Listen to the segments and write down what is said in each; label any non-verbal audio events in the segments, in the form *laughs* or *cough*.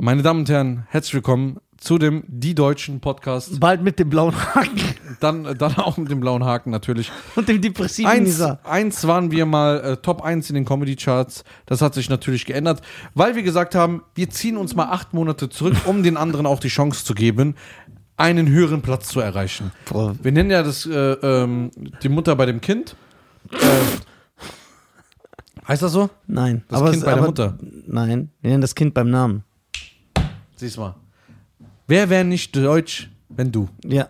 Meine Damen und Herren, herzlich willkommen zu dem Die Deutschen Podcast. Bald mit dem blauen Haken *laughs* Dann, äh, dann auch mit dem blauen Haken natürlich. und dem depressiven Eins, Nisa. eins waren wir mal äh, Top 1 in den Comedy Charts. Das hat sich natürlich geändert, weil wir gesagt haben, wir ziehen uns mal acht Monate zurück, um den anderen auch die Chance zu geben, einen höheren Platz zu erreichen. Boah. Wir nennen ja das äh, ähm, die Mutter bei dem Kind. Äh, heißt das so? Nein. Das Kind bei der Mutter. Nein, wir nennen das Kind beim Namen. Sieh's mal. Wer wäre nicht deutsch, wenn du? Ja.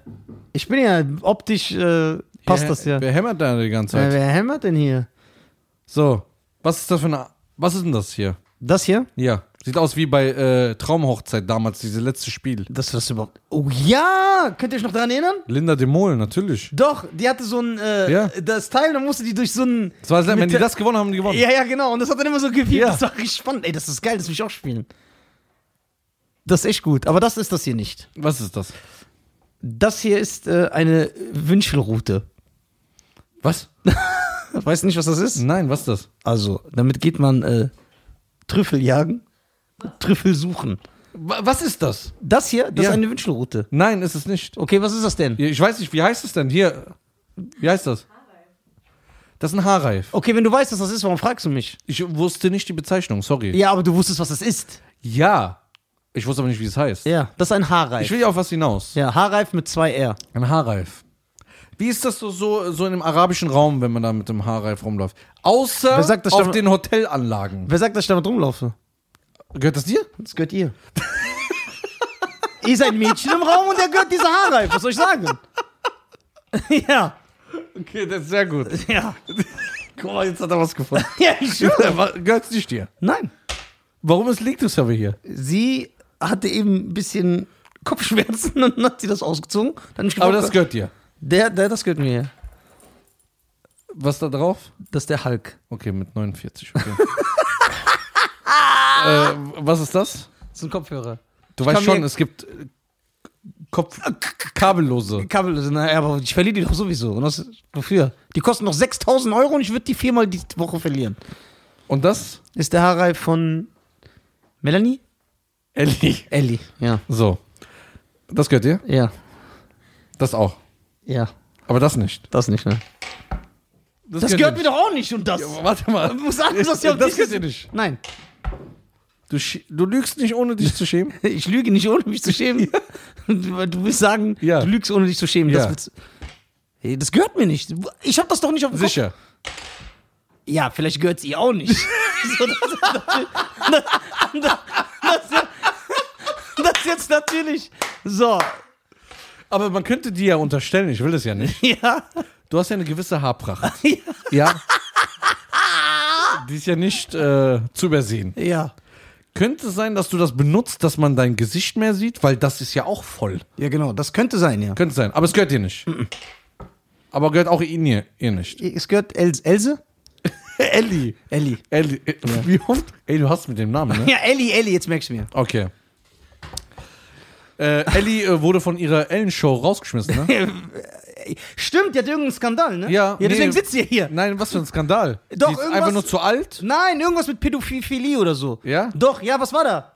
Ich bin ja optisch, äh, passt Wer- das ja. Wer, Wer hämmert da die ganze Zeit? wer hämmert denn hier? So, was ist das für eine. Was ist denn das hier? Das hier? Ja. Sieht aus wie bei äh, Traumhochzeit damals, dieses letzte Spiel. Das was überhaupt. Oh ja! Könnt ihr euch noch daran erinnern? Linda de Mol, natürlich. Doch, die hatte so ein äh, Ja. das Teil, dann musste die durch so ein. Das war, sehr- wenn mit- die das gewonnen haben, haben die gewonnen. Ja, ja, genau. Und das hat dann immer so gefiebt. Ja. Das war richtig spannend. Ey, das ist geil, das will ich auch spielen. Das ist echt gut. Aber das ist das hier nicht. Was ist das? Das hier ist äh, eine Wünschelrute. Was? Weißt du nicht, was das ist? Nein, was ist das? Also, damit geht man äh, Trüffel jagen, Trüffel suchen. Wa- Was ist das? Das hier, das Ja. ist eine Wünschelrute. Nein, ist es nicht. Okay, was ist das denn? Ich weiß nicht, wie heißt es denn? Hier. Wie heißt das? Das ist ein Haarreif. Okay, wenn du weißt, was das ist, warum fragst du mich? Ich wusste nicht die Bezeichnung, sorry. Ja, aber du wusstest, was das ist. Ja. Ich wusste aber nicht, wie es heißt. Ja, das ist ein Haarreif. Ich will ja auf was hinaus. ja, Haarreif mit zwei R. Ein Haarreif. Wie ist das so, so, so in dem arabischen Raum, wenn man da mit dem Haarreif rumläuft? Außer Wer sagt das auf schon- den Hotelanlagen. Wer sagt, dass ich damit rumlaufe? Gehört das dir? Das gehört ihr. *laughs* ihr seid Mädchen im Raum und er gehört diese Haarreif. Was soll ich sagen? *laughs* ja. Okay, das ist sehr gut. Ja. Guck mal, jetzt hat er was gefunden. *laughs* Ja, *laughs* ich schwöre. Gehört es nicht dir? Nein. Warum ist liegt es aber hier? Sie hatte eben ein bisschen Kopfschmerzen *laughs* und dann hat sie das ausgezogen. Dann hab ich Aber gefragt, das gehört dir. der, der, das gehört mir. Was da drauf? Das ist der Hulk. Okay, mit 49. *laughs* Okay. äh, was ist das? Das ist ein Kopfhörer. Du kann weißt schon, mir- es gibt äh, Kopf kabellose. Kabel, naja, aber ich verliere die doch sowieso. Und das, wofür? Die kosten noch 6000 Euro und ich würde die viermal die Woche verlieren. Und das? Ist der Haarreif von Melanie? Ellie. Ellie. Ja. So. Das gehört dir? Ja. Das auch. Ja. Aber das nicht. Das nicht, ne? Das gehört mir doch auch nicht und das. Ja, warte mal. Du musst alles, was hier auf das dich geht ist- dir nicht. Nein, *laughs* Du, sch- du lügst nicht, ohne dich zu schämen. ich lüge nicht, ohne mich zu schämen. Du *laughs* du willst sagen, Ja. du lügst, ohne dich zu schämen. Ja. Das, willst, Hey, das gehört mir nicht. Ich hab das doch nicht auf dem Kopf. Sicher. Ja, vielleicht gehört's ihr auch *laughs* nicht. so, das, das, das, das, das jetzt natürlich. So, Aber man könnte dir ja unterstellen, ich will das ja nicht. ja. Du hast ja eine gewisse Haarpracht. Ja. *laughs* ja. Die ist ja nicht äh, zu übersehen. Ja, Könnte es sein, dass du das benutzt, dass man dein Gesicht mehr sieht? Weil das ist ja auch voll. ja genau, das könnte sein, ja. Könnte sein. Aber es gehört dir nicht. Aber gehört auch ihr, ihr, ihr nicht. Es gehört Els Else? Ellie. Ellie. Ellie. äh, *laughs* Wie oft? Ey, du hast mit dem Namen, ne? Ja, Ellie, Ellie, jetzt merkst du mir. Okay. Äh, Ellie äh, wurde von ihrer Ellen-Show rausgeschmissen, ne? Stimmt, die hat irgendeinen Skandal, ne? Ja, ja deswegen nee. sitzt ihr hier. Nein, was für ein Skandal. Doch, die ist einfach irgendwas- nur zu alt. Nein, irgendwas mit Pädophilie oder so. Ja? Doch, ja, was war da?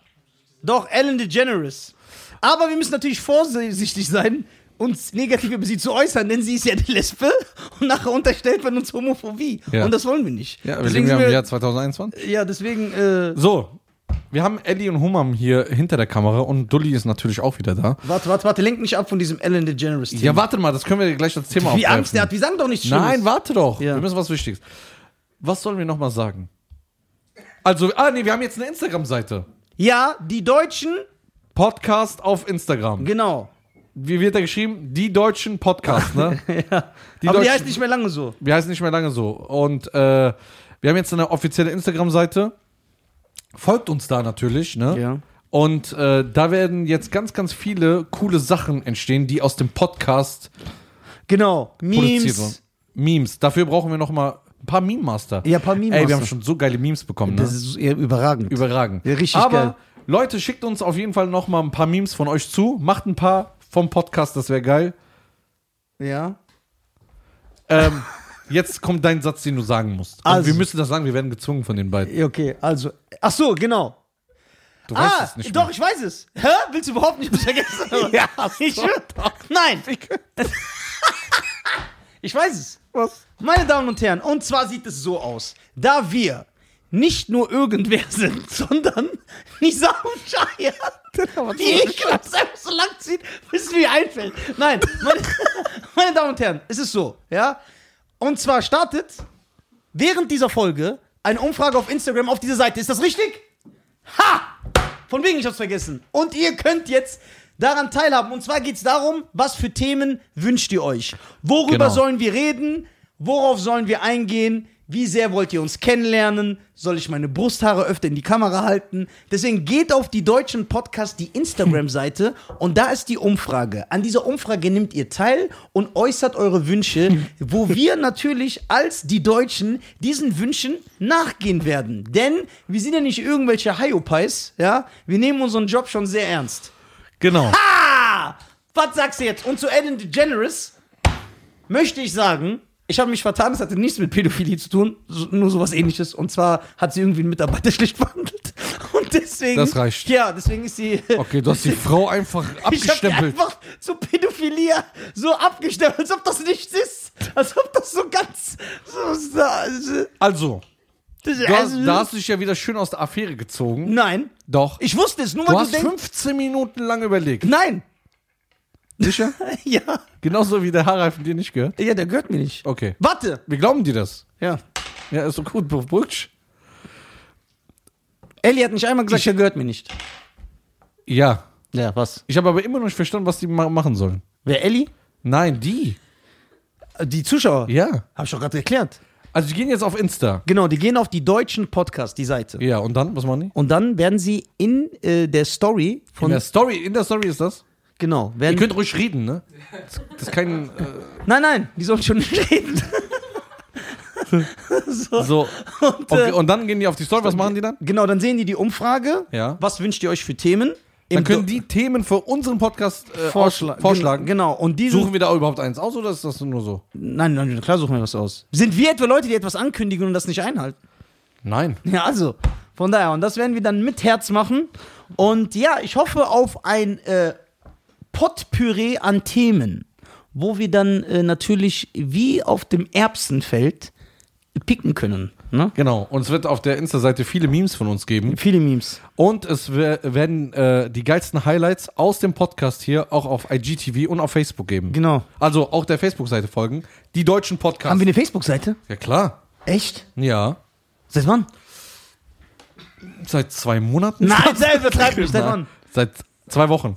Doch, Ellen DeGeneres. Aber wir müssen natürlich vorsichtig sein, uns negativ über sie zu äußern, denn sie ist ja eine Lesbe und nachher unterstellt man uns Homophobie. Ja. Und das wollen wir nicht. Ja, wir deswegen leben ja sind im Jahr 2021. ja, deswegen, äh, So, wir haben Ellie und Humam hier hinter der Kamera und Dulli ist natürlich auch wieder da. warte, warte, warte, lenk nicht ab von diesem Ellen DeGeneres. -Thema. Ja, warte mal, das können wir gleich als Thema Wie aufgreifen. Angst der hat, wir sagen doch nichts Schlimmes. Nein, warte doch. Ja. Wir müssen was Wichtiges. Was sollen wir nochmal sagen? Also, ah nee, wir haben jetzt eine Instagram-Seite. Ja, die Deutschen, Podcast auf Instagram. genau. Wie wird da geschrieben? Die deutschen Podcast, *laughs* ne? Die Aber die Deutschen- heißt nicht mehr lange so. wir heißen nicht mehr lange so. Und äh, wir haben jetzt eine offizielle Instagram-Seite. Folgt uns da natürlich, ne? Ja. Und äh, da werden jetzt ganz, ganz viele coole Sachen entstehen, die aus dem Podcast Genau. produziert wurden. Memes. Memes. Dafür brauchen wir noch mal ein paar Meme-Master. Ja, ein paar Meme-Master. Ey, wir haben schon so geile Memes bekommen, Das ne? ist ja, überragend. Überragend. Ja, richtig Aber geil. Leute, schickt uns auf jeden Fall noch mal ein paar Memes von euch zu. Macht ein paar vom Podcast, das wäre geil. ja. *laughs* Ähm, jetzt kommt dein Satz, den du sagen musst. Und Also. wir müssen das sagen, wir werden gezwungen von den beiden. Ja, Okay, also. Ach so, genau. Du ah, weißt es nicht doch, mehr. ich weiß es. Hä? Willst du überhaupt nicht? Ich hab's vergessen. *laughs* Ja, ich schwör. Nein. ich weiß es. Was? Meine Damen und Herren, und zwar sieht es so aus. Da wir nicht nur irgendwer *laughs* sind, sondern Nisa und Shaya, die Ekelhaft einfach so lang zieht, bis es mir einfällt. Nein, meine, *laughs* meine Damen und Herren, es ist so, ja. Und zwar startet während dieser Folge eine Umfrage auf Instagram auf dieser Seite. Ist das richtig? Ha! Von wegen, ich hab's vergessen. Und ihr könnt jetzt daran teilhaben. Und zwar geht's darum, was für Themen wünscht ihr euch? Worüber Genau. sollen wir reden? Worauf sollen wir eingehen? Wie sehr wollt ihr uns kennenlernen? Soll ich meine Brusthaare öfter in die Kamera halten? Deswegen geht auf die deutschen Podcast, die Instagram-Seite und da ist die Umfrage. An dieser Umfrage nehmt ihr teil und äußert eure Wünsche, wo wir natürlich als die Deutschen diesen Wünschen nachgehen werden. Denn wir sind ja nicht irgendwelche Hyopies, ja? Wir nehmen unseren Job schon sehr ernst. Genau. Ah! Was sagst du jetzt? Und zu Ellen DeGeneres möchte ich sagen, ich habe mich vertan, es hatte nichts mit Pädophilie zu tun, so- nur sowas ähnliches. Und zwar hat sie irgendwie einen Mitarbeiter *laughs* schlecht behandelt. Und deswegen. Das reicht. Ja, deswegen ist sie. Okay, du hast die Frau einfach *laughs* Ich hab die abgestempelt. einfach so Pädophilie so abgestempelt, als ob das nichts ist. Als ob das so ganz. So, so, Also, so, du hast, da hast du dich ja wieder schön aus der Affäre gezogen. Nein. Doch. Ich wusste es, nur Du weil du, hast denkst. 15 Minuten lang *laughs* überlegt. Nein. Sicher? Ja. Genauso wie der Haarreifen dir nicht gehört. Ja, der gehört mir nicht. Okay. Warte. Wir glauben dir das. Ja. Ja, ist so gut, Brutsch. Ellie hat nicht einmal gesagt, der gehört mir nicht. Ja. Ja, was? Ich habe aber immer noch nicht verstanden, was die ma machen sollen. Wer Ellie? Nein, die. Äh, Die Zuschauer. Ja. Hab ich doch gerade erklärt. Also die gehen jetzt auf Insta. Genau, die gehen auf die deutschen Podcast, die Seite. Ja, und dann, was machen die? Und dann werden sie in äh, der Story In von. der Story, in der Story ist das. genau. Ihr Werden, könnt ruhig reden, ne? Das ist kein *laughs* äh, nein, nein, die sollen schon *laughs* nicht reden. so. so. Und, äh, und dann gehen die auf die Story. Was machen die dann? Genau, dann sehen die die Umfrage. Ja. Was wünscht ihr euch für Themen? Dann können die Themen für unseren Podcast äh, aus- Vorschlag, vorschlagen. Genau. Und die Suchen wir da überhaupt eins aus oder ist das nur so? Nein, nein, klar suchen wir was aus. Sind wir etwa Leute, die etwas ankündigen und das nicht einhalten? Nein. Ja, also, von daher, und das werden wir dann mit Herz machen. Und ja, ich hoffe auf ein äh, Potpüree an Themen, wo wir dann äh, natürlich wie auf dem Erbsenfeld picken können. Ne? Genau. Und es wird auf der Insta-Seite viele Memes von uns geben. Viele Memes. Und es wer- werden äh, die geilsten Highlights aus dem Podcast hier auch auf IGTV und auf Facebook geben. Genau. Also auch der Facebook-Seite folgen. Die deutschen Podcasts. Haben wir eine Facebook-Seite? ja, klar. Echt? Ja. Seit wann? Seit zwei Monaten? *laughs* Nein, selbst übertreib nicht. Seit wann? Nein. Seit zwei Wochen.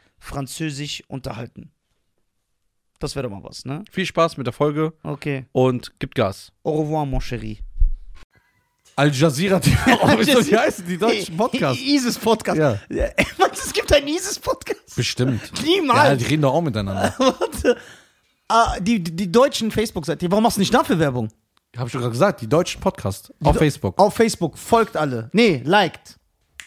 Französisch unterhalten. Das wäre doch mal was, ne? Viel Spaß mit der Folge Okay. und gibt Gas. Au revoir, mon chéri. Al Jazeera TV. *laughs* Oh, wie soll die heißen? Die deutschen *laughs* Podcasts. ISIS-Podcast. Ja. Meinst du, es gibt einen ISIS-Podcast? Bestimmt. Ja, Niemals. die reden doch auch miteinander. *laughs* Warte. Ah, die, die, die deutschen Facebook-Seite. Warum machst du nicht dafür Werbung? Hab ich schon gerade gesagt, die Oh. deutschen Podcasts. Auf Facebook. Auf Facebook. Folgt alle. Nee, liked.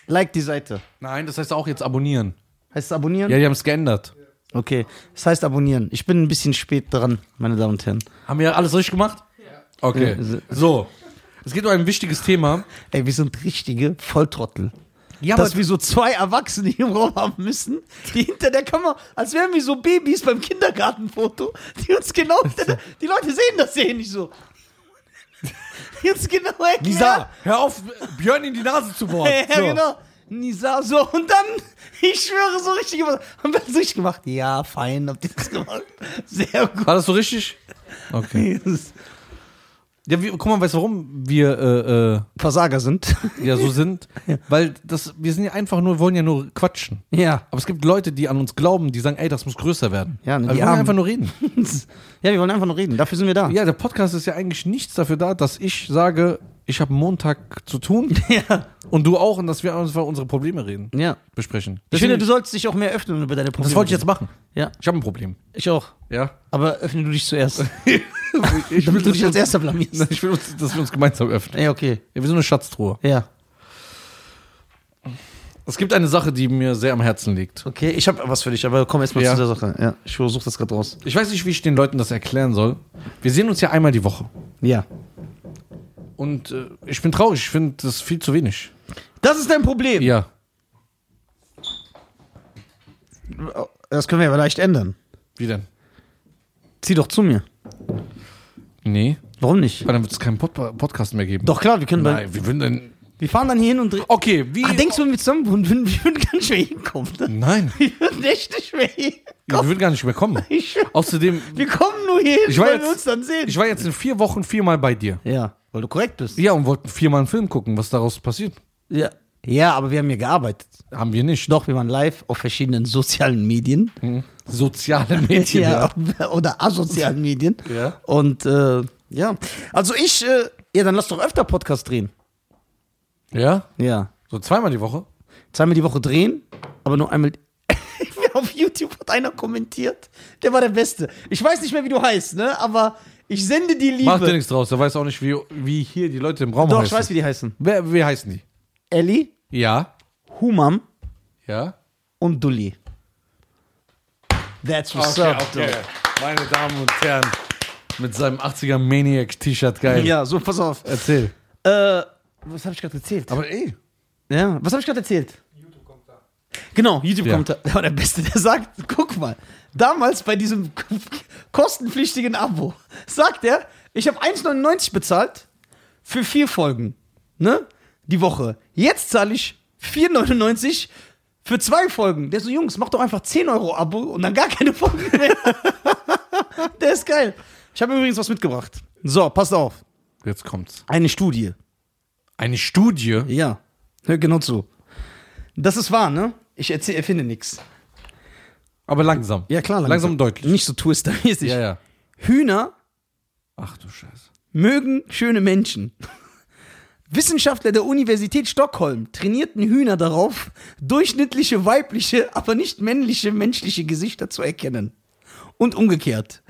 Liked die Seite. Nein, das heißt auch jetzt abonnieren. Heißt es abonnieren? Ja, die haben es geändert. Okay. Das heißt abonnieren. Ich bin ein bisschen spät dran, meine Damen und Herren. Haben wir alles richtig gemacht? Ja. Okay. So. Es geht um ein wichtiges Thema. Ey, wir sind richtige Volltrottel. Ja, dass wir so zwei Erwachsene hier im Raum haben müssen, die hinter der Kamera, als wären wir so Babys beim Kindergartenfoto, die uns *laughs* genau, hinter der, die Leute sehen das ja nicht so. Die uns genau erklären. Lisa, hör auf, Björn in die Nase zu *laughs* bohren. Ja, genau. Nisa, so, und dann, ich schwöre, so richtig gemacht. Haben wir das richtig gemacht? Ja, fein, habt ihr das gemacht. Sehr gut. War das so richtig? Okay. Ja, wie, guck mal, weißt du, warum wir äh, Versager sind. äh, ja so sind? Weil das, wir sind ja einfach nur, wollen ja nur quatschen. Ja. Aber es gibt Leute, die an uns glauben, die sagen, ey, das muss größer werden. Ja, ne, Aber die wir wollen Armen. einfach nur reden. Ja, wir wollen einfach nur reden. Dafür sind wir da. Ja, der Podcast ist ja eigentlich nichts dafür da, dass ich sage, ich habe Montag zu *laughs* tun Ja. und du auch und dass wir einfach unsere Probleme reden, ja. besprechen. Ich finde, du Deswegen- solltest dich auch mehr öffnen über deine Probleme. das wollte ich jetzt machen. Ja, Ich habe ein Problem. ich auch. Ja. Aber öffne du dich zuerst. *laughs* Ich Damit du dich als erster blamierst. *laughs* ich will, uns- dass wir uns gemeinsam öffnen. Ja, okay. Ja, wir sind eine Schatztruhe. Ja. Es gibt eine Sache, die mir sehr am Herzen liegt. Okay, ich habe was für dich, aber komm erst mal Ja. zu der Sache. Ja, ich versuche das gerade raus. Ich weiß nicht, wie ich den Leuten das erklären soll. Wir sehen uns ja einmal die Woche. Ja. Und äh, ich bin traurig. Ich finde das viel zu wenig. Das ist dein Problem. Ja. Das können wir aber leicht ändern. Wie denn? Zieh doch zu mir. Nee. Warum nicht? Weil dann wird es keinen Pod Podcast mehr geben. Doch klar, wir können bei, Nein, Oh, wir würden dann. wir fahren dann hier hin und drehen. Okay, wie. Ah, denkst du, wenn wir zusammen wohnen würden, wir würden gar nicht mehr hinkommen? Ne? *laughs* Nein, Wir würden echt nicht mehr wir hinkommen. würden gar nicht mehr kommen. *laughs* Ich schwör. Außerdem, Wir kommen nur hier hin, Ich war weil jetzt- wir uns dann sehen. ich war jetzt in vier Wochen viermal bei dir. ja, weil du korrekt bist. Ja, und wollten viermal einen Film gucken. Was daraus passiert? Ja. ja, aber wir haben hier gearbeitet. Haben wir nicht. Hm? Doch, wir waren live auf verschiedenen *laughs* sozialen Medien. Soziale Medien. *laughs* ja, *laughs* oder asozialen Medien. Ja. Und äh, ja, also ich, äh, ja, dann lass doch öfter Podcast drehen. ja. ja? Ja. So zweimal die Woche. Zweimal die Woche drehen, aber nur einmal. *laughs* auf YouTube hat einer kommentiert. Der war der Beste. Ich weiß nicht mehr, wie du heißt, ne? Aber ich sende die Liebe. Macht dir nichts draus. Der weiß auch nicht, wie, wie hier die Leute im Raum doch, ich heißen. weiß, wie die heißen. Wer, wie heißen die? Ellie, Ja. Humam Ja. und Dulli. That's what's up. dog. Meine Damen und Herren, mit seinem 80er Maniac-T-Shirt, geil. Ja, so, pass auf. Erzähl. Äh, was habe ich gerade erzählt? Aber ey. Ja, was habe ich gerade erzählt? Genau, YouTube Ja. kommt da. Aber der Beste, der sagt, guck mal, damals bei diesem kostenpflichtigen Abo, sagt er, ich habe 1,99 bezahlt für vier Folgen, ne, die Woche. Jetzt zahle ich 4,99 für zwei Folgen. Der so, Jungs, mach doch einfach 10 Euro Abo und dann gar keine Folgen mehr. *laughs* der ist geil. Ich habe übrigens was mitgebracht. So, passt auf. Jetzt kommt's. Eine Studie. Eine Studie. Ja, hör genau zu. Das ist wahr, ne? Ich erzähl, erfinde nichts. Aber langsam. Ja, klar, langsam. Langsam und deutlich. Nicht so twistermäßig. Ja, ja. Hühner Ach du Scheiße. mögen schöne Menschen. Wissenschaftler der Universität Stockholm trainierten Hühner darauf, durchschnittliche weibliche, aber nicht männliche menschliche Gesichter zu erkennen. Und umgekehrt.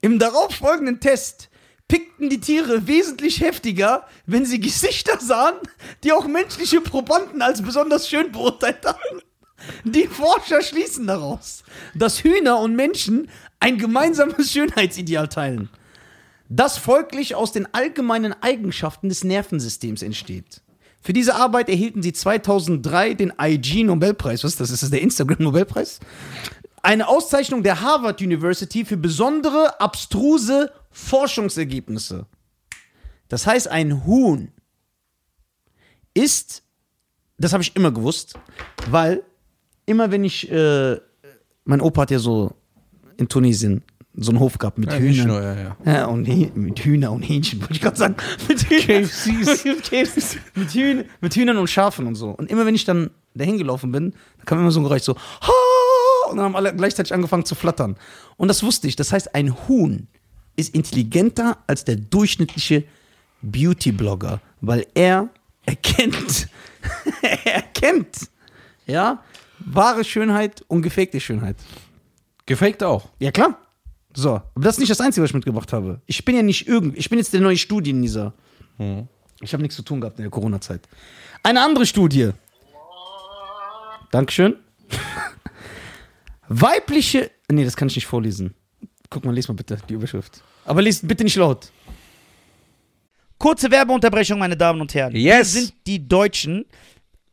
Im darauffolgenden Test pickten die Tiere wesentlich heftiger, wenn sie Gesichter sahen, die auch menschliche Probanden als besonders schön beurteilt haben. Die Forscher schließen daraus, dass Hühner und Menschen ein gemeinsames Schönheitsideal teilen das folglich aus den allgemeinen Eigenschaften des Nervensystems entsteht. Für diese Arbeit erhielten sie 2003 den IG-Nobelpreis. Was ist das? Ist das der Instagram-Nobelpreis? Eine Auszeichnung der Harvard University für besondere, abstruse Forschungsergebnisse. Das heißt, ein Huhn ist, das habe ich immer gewusst, weil immer wenn ich, äh, mein Opa hat ja so in Tunesien so einen Hof gehabt mit Ja, nicht Hühnern. nur, ja, ja. Ja, und Häh- mit Hühner und Hähnchen, wollte ich gerade sagen. *laughs* Mit Hühnern. KFCs. *laughs* mit, KFCs. Mit, Hühn, mit Hühnern und Schafen und so. Und immer wenn ich dann dahin gelaufen bin, dann kam immer so ein Geräusch so. "Ha!" Und dann haben alle gleichzeitig angefangen zu flattern. Und das wusste ich. Das heißt, ein Huhn ist intelligenter als der durchschnittliche Beauty-Blogger, weil er erkennt, *laughs* er erkennt, ja, wahre Schönheit und gefakte Schönheit. Gefaked auch. Ja, klar. So, aber das ist nicht das Einzige, was ich mitgebracht habe. Ich bin ja nicht irgend, ich bin jetzt der neue Studiennieser. Ich habe nichts zu tun gehabt in der Corona-Zeit. Eine andere Studie. Dankeschön. *laughs* Weibliche, nee, das kann ich nicht vorlesen. Guck mal, lies mal bitte die Überschrift. Aber lies bitte nicht laut. Kurze Werbeunterbrechung, meine Damen und Herren. Yes. Wir sind die Deutschen.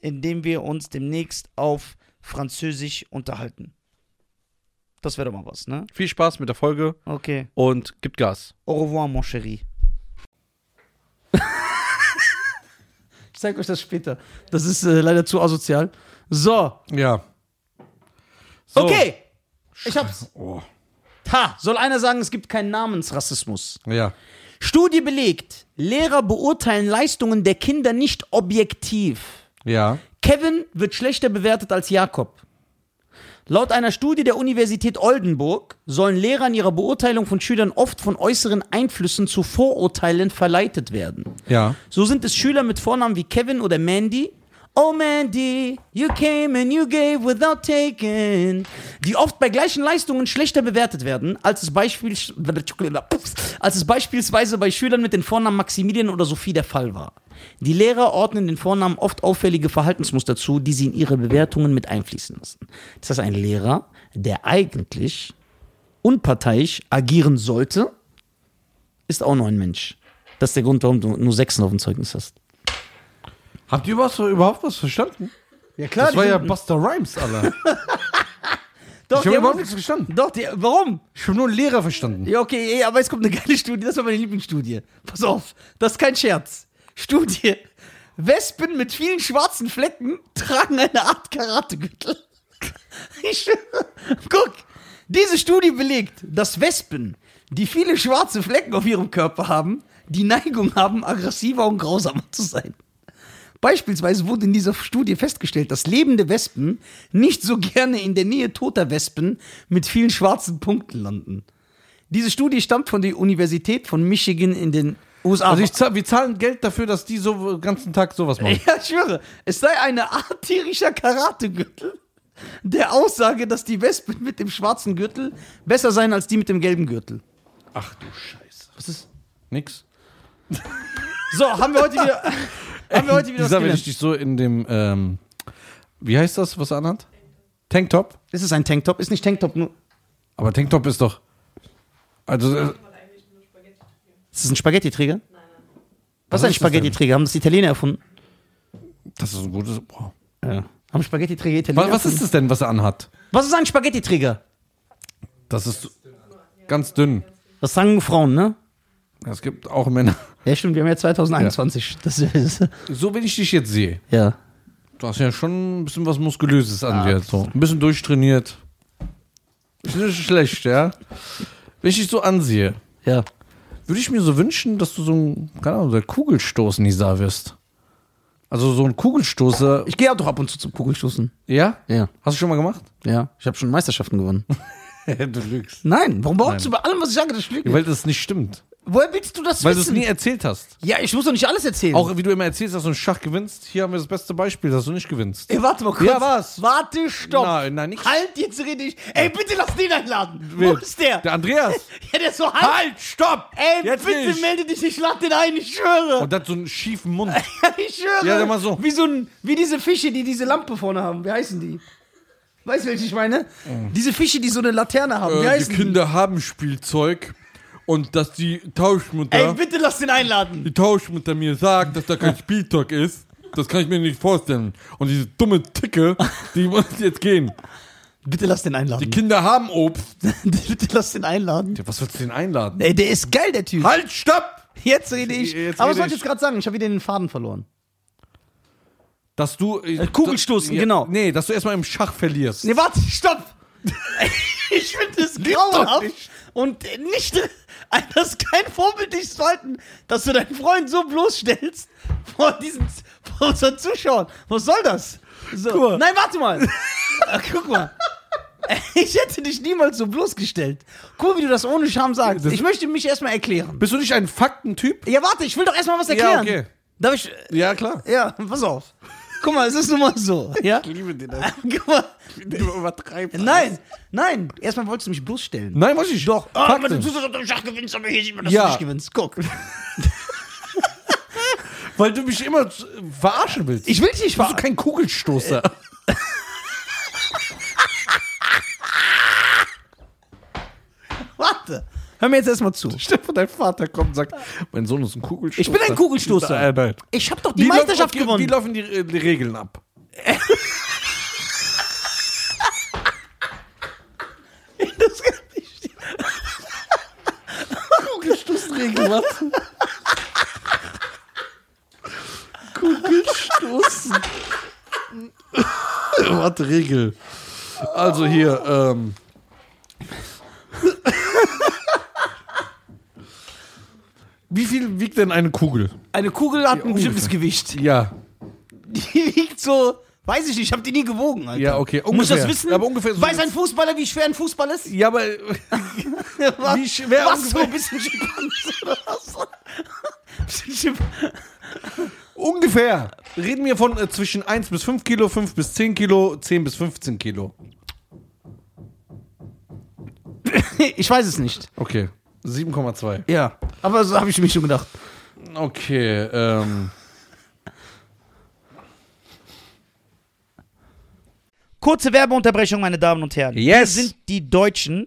indem wir uns demnächst auf Französisch unterhalten. Das wäre doch mal was, ne? Viel Spaß mit der Folge Okay. und gibt Gas. Au revoir, mon chéri. Ich zeige euch das später. Das ist äh, leider zu asozial. So, Ja. okay. Ich hab's. Oh. Ha, soll einer sagen, es gibt keinen Namensrassismus. Ja. Studie belegt, Lehrer beurteilen Leistungen der Kinder nicht objektiv. Ja. Kevin wird schlechter bewertet als Jakob. Laut einer Studie der Universität Oldenburg sollen Lehrer in ihrer Beurteilung von Schülern oft von äußeren Einflüssen zu Vorurteilen verleitet werden. Ja. So sind es Schüler mit Vornamen wie Kevin oder Mandy. Oh Mandy, you came and you gave without taking. Die oft bei gleichen Leistungen schlechter bewertet werden, als es, Beispiel, als es beispielsweise bei Schülern mit den Vornamen Maximilian oder Sophie der Fall war. Die Lehrer ordnen den Vornamen oft auffällige Verhaltensmuster zu, die sie in ihre Bewertungen mit einfließen lassen. Das heißt, ein Lehrer, der eigentlich unparteiisch agieren sollte, ist auch nur ein Mensch. Das ist der Grund, warum du nur Sechsen auf dem Zeugnis hast. Habt ihr was, überhaupt was verstanden? Ja klar, Das war ja Buster Rhymes, *laughs* Alter. doch, Ich habe die- überhaupt nichts verstanden. Doch, die, warum? Ich habe nur einen Lehrer verstanden. Ja, okay, ey, aber es kommt eine geile Studie. Das war meine Lieblingsstudie. Pass auf, das ist kein Scherz. Studie. Wespen mit vielen schwarzen Flecken tragen eine Art Karategürtel. *laughs* Ich schwöre. Guck, diese Studie belegt, dass Wespen, die viele schwarze Flecken auf ihrem Körper haben, die Neigung haben, aggressiver und grausamer zu sein. Beispielsweise wurde in dieser Studie festgestellt, dass lebende Wespen nicht so gerne in der Nähe toter Wespen mit vielen schwarzen Punkten landen. Diese Studie stammt von der Universität von Michigan in den USA. Also ich zahl, wir zahlen Geld dafür, dass die so den ganzen Tag sowas machen. *laughs* ja, ich schwöre, es sei eine Art tierischer Karategürtel der Aussage, dass die Wespen mit dem schwarzen Gürtel besser seien als die mit dem gelben Gürtel. Ach du Scheiße. Was ist? Nix. So, haben wir *laughs* heute wieder, haben wir heute wieder was Dieser, wenn ich gelernt. dich so in dem, ähm, wie heißt das, was er anhat? Tanktop? Ist es ein Tanktop? Ist nicht Tanktop, nur. Aber Tanktop ist doch. Also, äh, Ist es ein Spaghettiträger? Was Was ist ein ist das denn? Spaghettiträger? Haben das Italiener erfunden? das ist ein gutes. Boah. Haben Spaghettiträger Italiener Was, was ist erfunden? es denn, was er anhat? Was ist ein Spaghettiträger? Das ist ganz dünn. Das sagen Frauen, ne? Es gibt auch Männer. Ja, stimmt, wir haben ja 2021. Das ist, *laughs* So, wenn ich dich jetzt sehe, ja. du hast ja schon ein bisschen was Muskulöses an dir. So. Ein bisschen durchtrainiert. Ist nicht schlecht, ja? Wenn ich dich so ansehe, Ja. würde ich mir so wünschen, dass du so ein, keine Ahnung, so ein Kugelstoßen-Nisa wirst. Also so ein Kugelstoßer. Ich gehe ja doch ab und zu zum Kugelstoßen. Ja? Ja. Hast du schon mal gemacht? Ja. Ich habe schon Meisterschaften gewonnen. *laughs* du lügst. *laughs* Nein, warum behauptest du bei allem, was ich sage, das Ja, stimmt? weil das nicht stimmt. Woher willst du das Weil du es wissen? nie erzählt hast. ja, ich muss doch nicht alles erzählen. Auch wie du immer erzählst, dass du einen Schach gewinnst. Hier haben wir das beste Beispiel, dass du nicht gewinnst. Ey, warte mal kurz. Ja, was? Warte, stopp. Nein, nein, nix. Halt, jetzt rede ich. Ey, bitte lass den einladen. Wo ist der? Der Andreas. Ja, der ist so heiß. halt, stopp! Ey, Jetzt bitte nicht. melde dich, ich lade den ein, ich schwöre. Und der hat so einen schiefen Mund. *laughs* ich schwöre. Ja, dann mal so. Wie so ein, wie diese Fische, die diese Lampe vorne haben. Wie heißen die? Weißt du, welche ich meine? Mhm. Diese Fische, die so eine Laterne haben. Äh, Wie heißen haben Spielzeug und dass die die? Tauschmutter, Ey, bitte lass den einladen. die Tauschmutter mir sagt, dass da *laughs* kein Spielzeug ist, das kann ich mir nicht vorstellen. Und diese dumme Ticke, die muss jetzt gehen. Bitte lass den einladen. Kinder haben Obst. *laughs* bitte lass den einladen. Was willst du denn einladen? Ey, der ist geil, der Typ. Halt, stopp! Jetzt rede ich. Jetzt Aber was rede wollte ich ich. jetzt gerade sagen? Ich habe wieder den Faden verloren. Dass du. äh, Kugelstoßen, ja, genau. Nee, dass du erstmal im Schach verlierst. Nee, warte, stopp! *laughs* ich finde es grauenhaft und nicht, das ist kein vorbildliches Verhalten, dass du deinen Freund so bloßstellst vor diesen, vor unseren Zuschauern. Was soll das? So. Nein, warte mal! Ah, Guck *laughs* mal. Ich hätte dich niemals so bloßgestellt. Guck, mal, wie du das ohne Scham sagst. ich möchte mich erstmal erklären. Bist du nicht ein Faktentyp? Ja, warte, ich will doch erstmal was Ja, erklären. okay. Darf ich. Ja, klar. Ja, pass auf. Guck mal, es ist nun mal so. Ja? liebe den. Guck mal. Du übertreibst. Nein, nein. Erstmal wolltest du mich bloßstellen. Nein, muss ich. Doch. Ah, Fakten. aber du tust das, ob du Schach gewinnst, aber hier sieht man, dass Ja. du nicht gewinnst. Guck. Weil du mich immer z- verarschen willst. Ich will dich nicht Bist du verarschen. kein *laughs* Kugelstoßer? Warte. Hör mir jetzt erstmal zu. Stefan, dein Vater kommt und sagt, mein Sohn ist ein Kugelstoßer. Ich bin ein Kugelstoßer. Äh, nein. Ich habe doch die, Meisterschaft laufen, gewonnen. Wie laufen die, äh, die Regeln ab? das kann nicht. Kugelstoßregel, was? Kugelstoßen. Warte, Regel. Also hier, ähm. Wie viel wiegt denn eine Kugel? Eine Kugel hat ein bestimmtes Gewicht. Ja. Die wiegt so, weiß ich nicht, ich habe die nie gewogen, Alter. Ja, okay, Muss ich das ungefähr. wissen? Ja, aber ungefähr so weiß ein Fußballer, wie schwer ein Fußball ist? Ja, aber Wie schwer Was, so ungefähr? ein bisschen Schimpanse oder was? Bisschen *laughs* Schimpanse. ungefähr. Reden wir von äh, zwischen 1 bis 5 Kilo, 5 bis 10 Kilo, 10 bis 15 Kilo. ich weiß es nicht. Okay. 7,2. Ja, aber so habe ich mich schon gedacht. Okay, ähm. Kurze Werbeunterbrechung, meine Damen und Herren. Yes. Wir sind die Deutschen,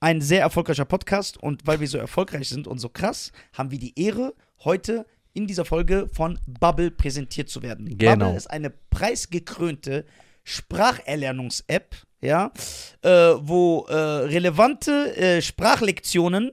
ein sehr erfolgreicher Podcast und weil wir so erfolgreich sind und so krass, haben wir die Ehre, heute in dieser Folge von Bubble präsentiert zu werden. Genau. Bubble ist eine preisgekrönte Spracherlernungs-App, ja, äh, wo äh, relevante äh, Sprachlektionen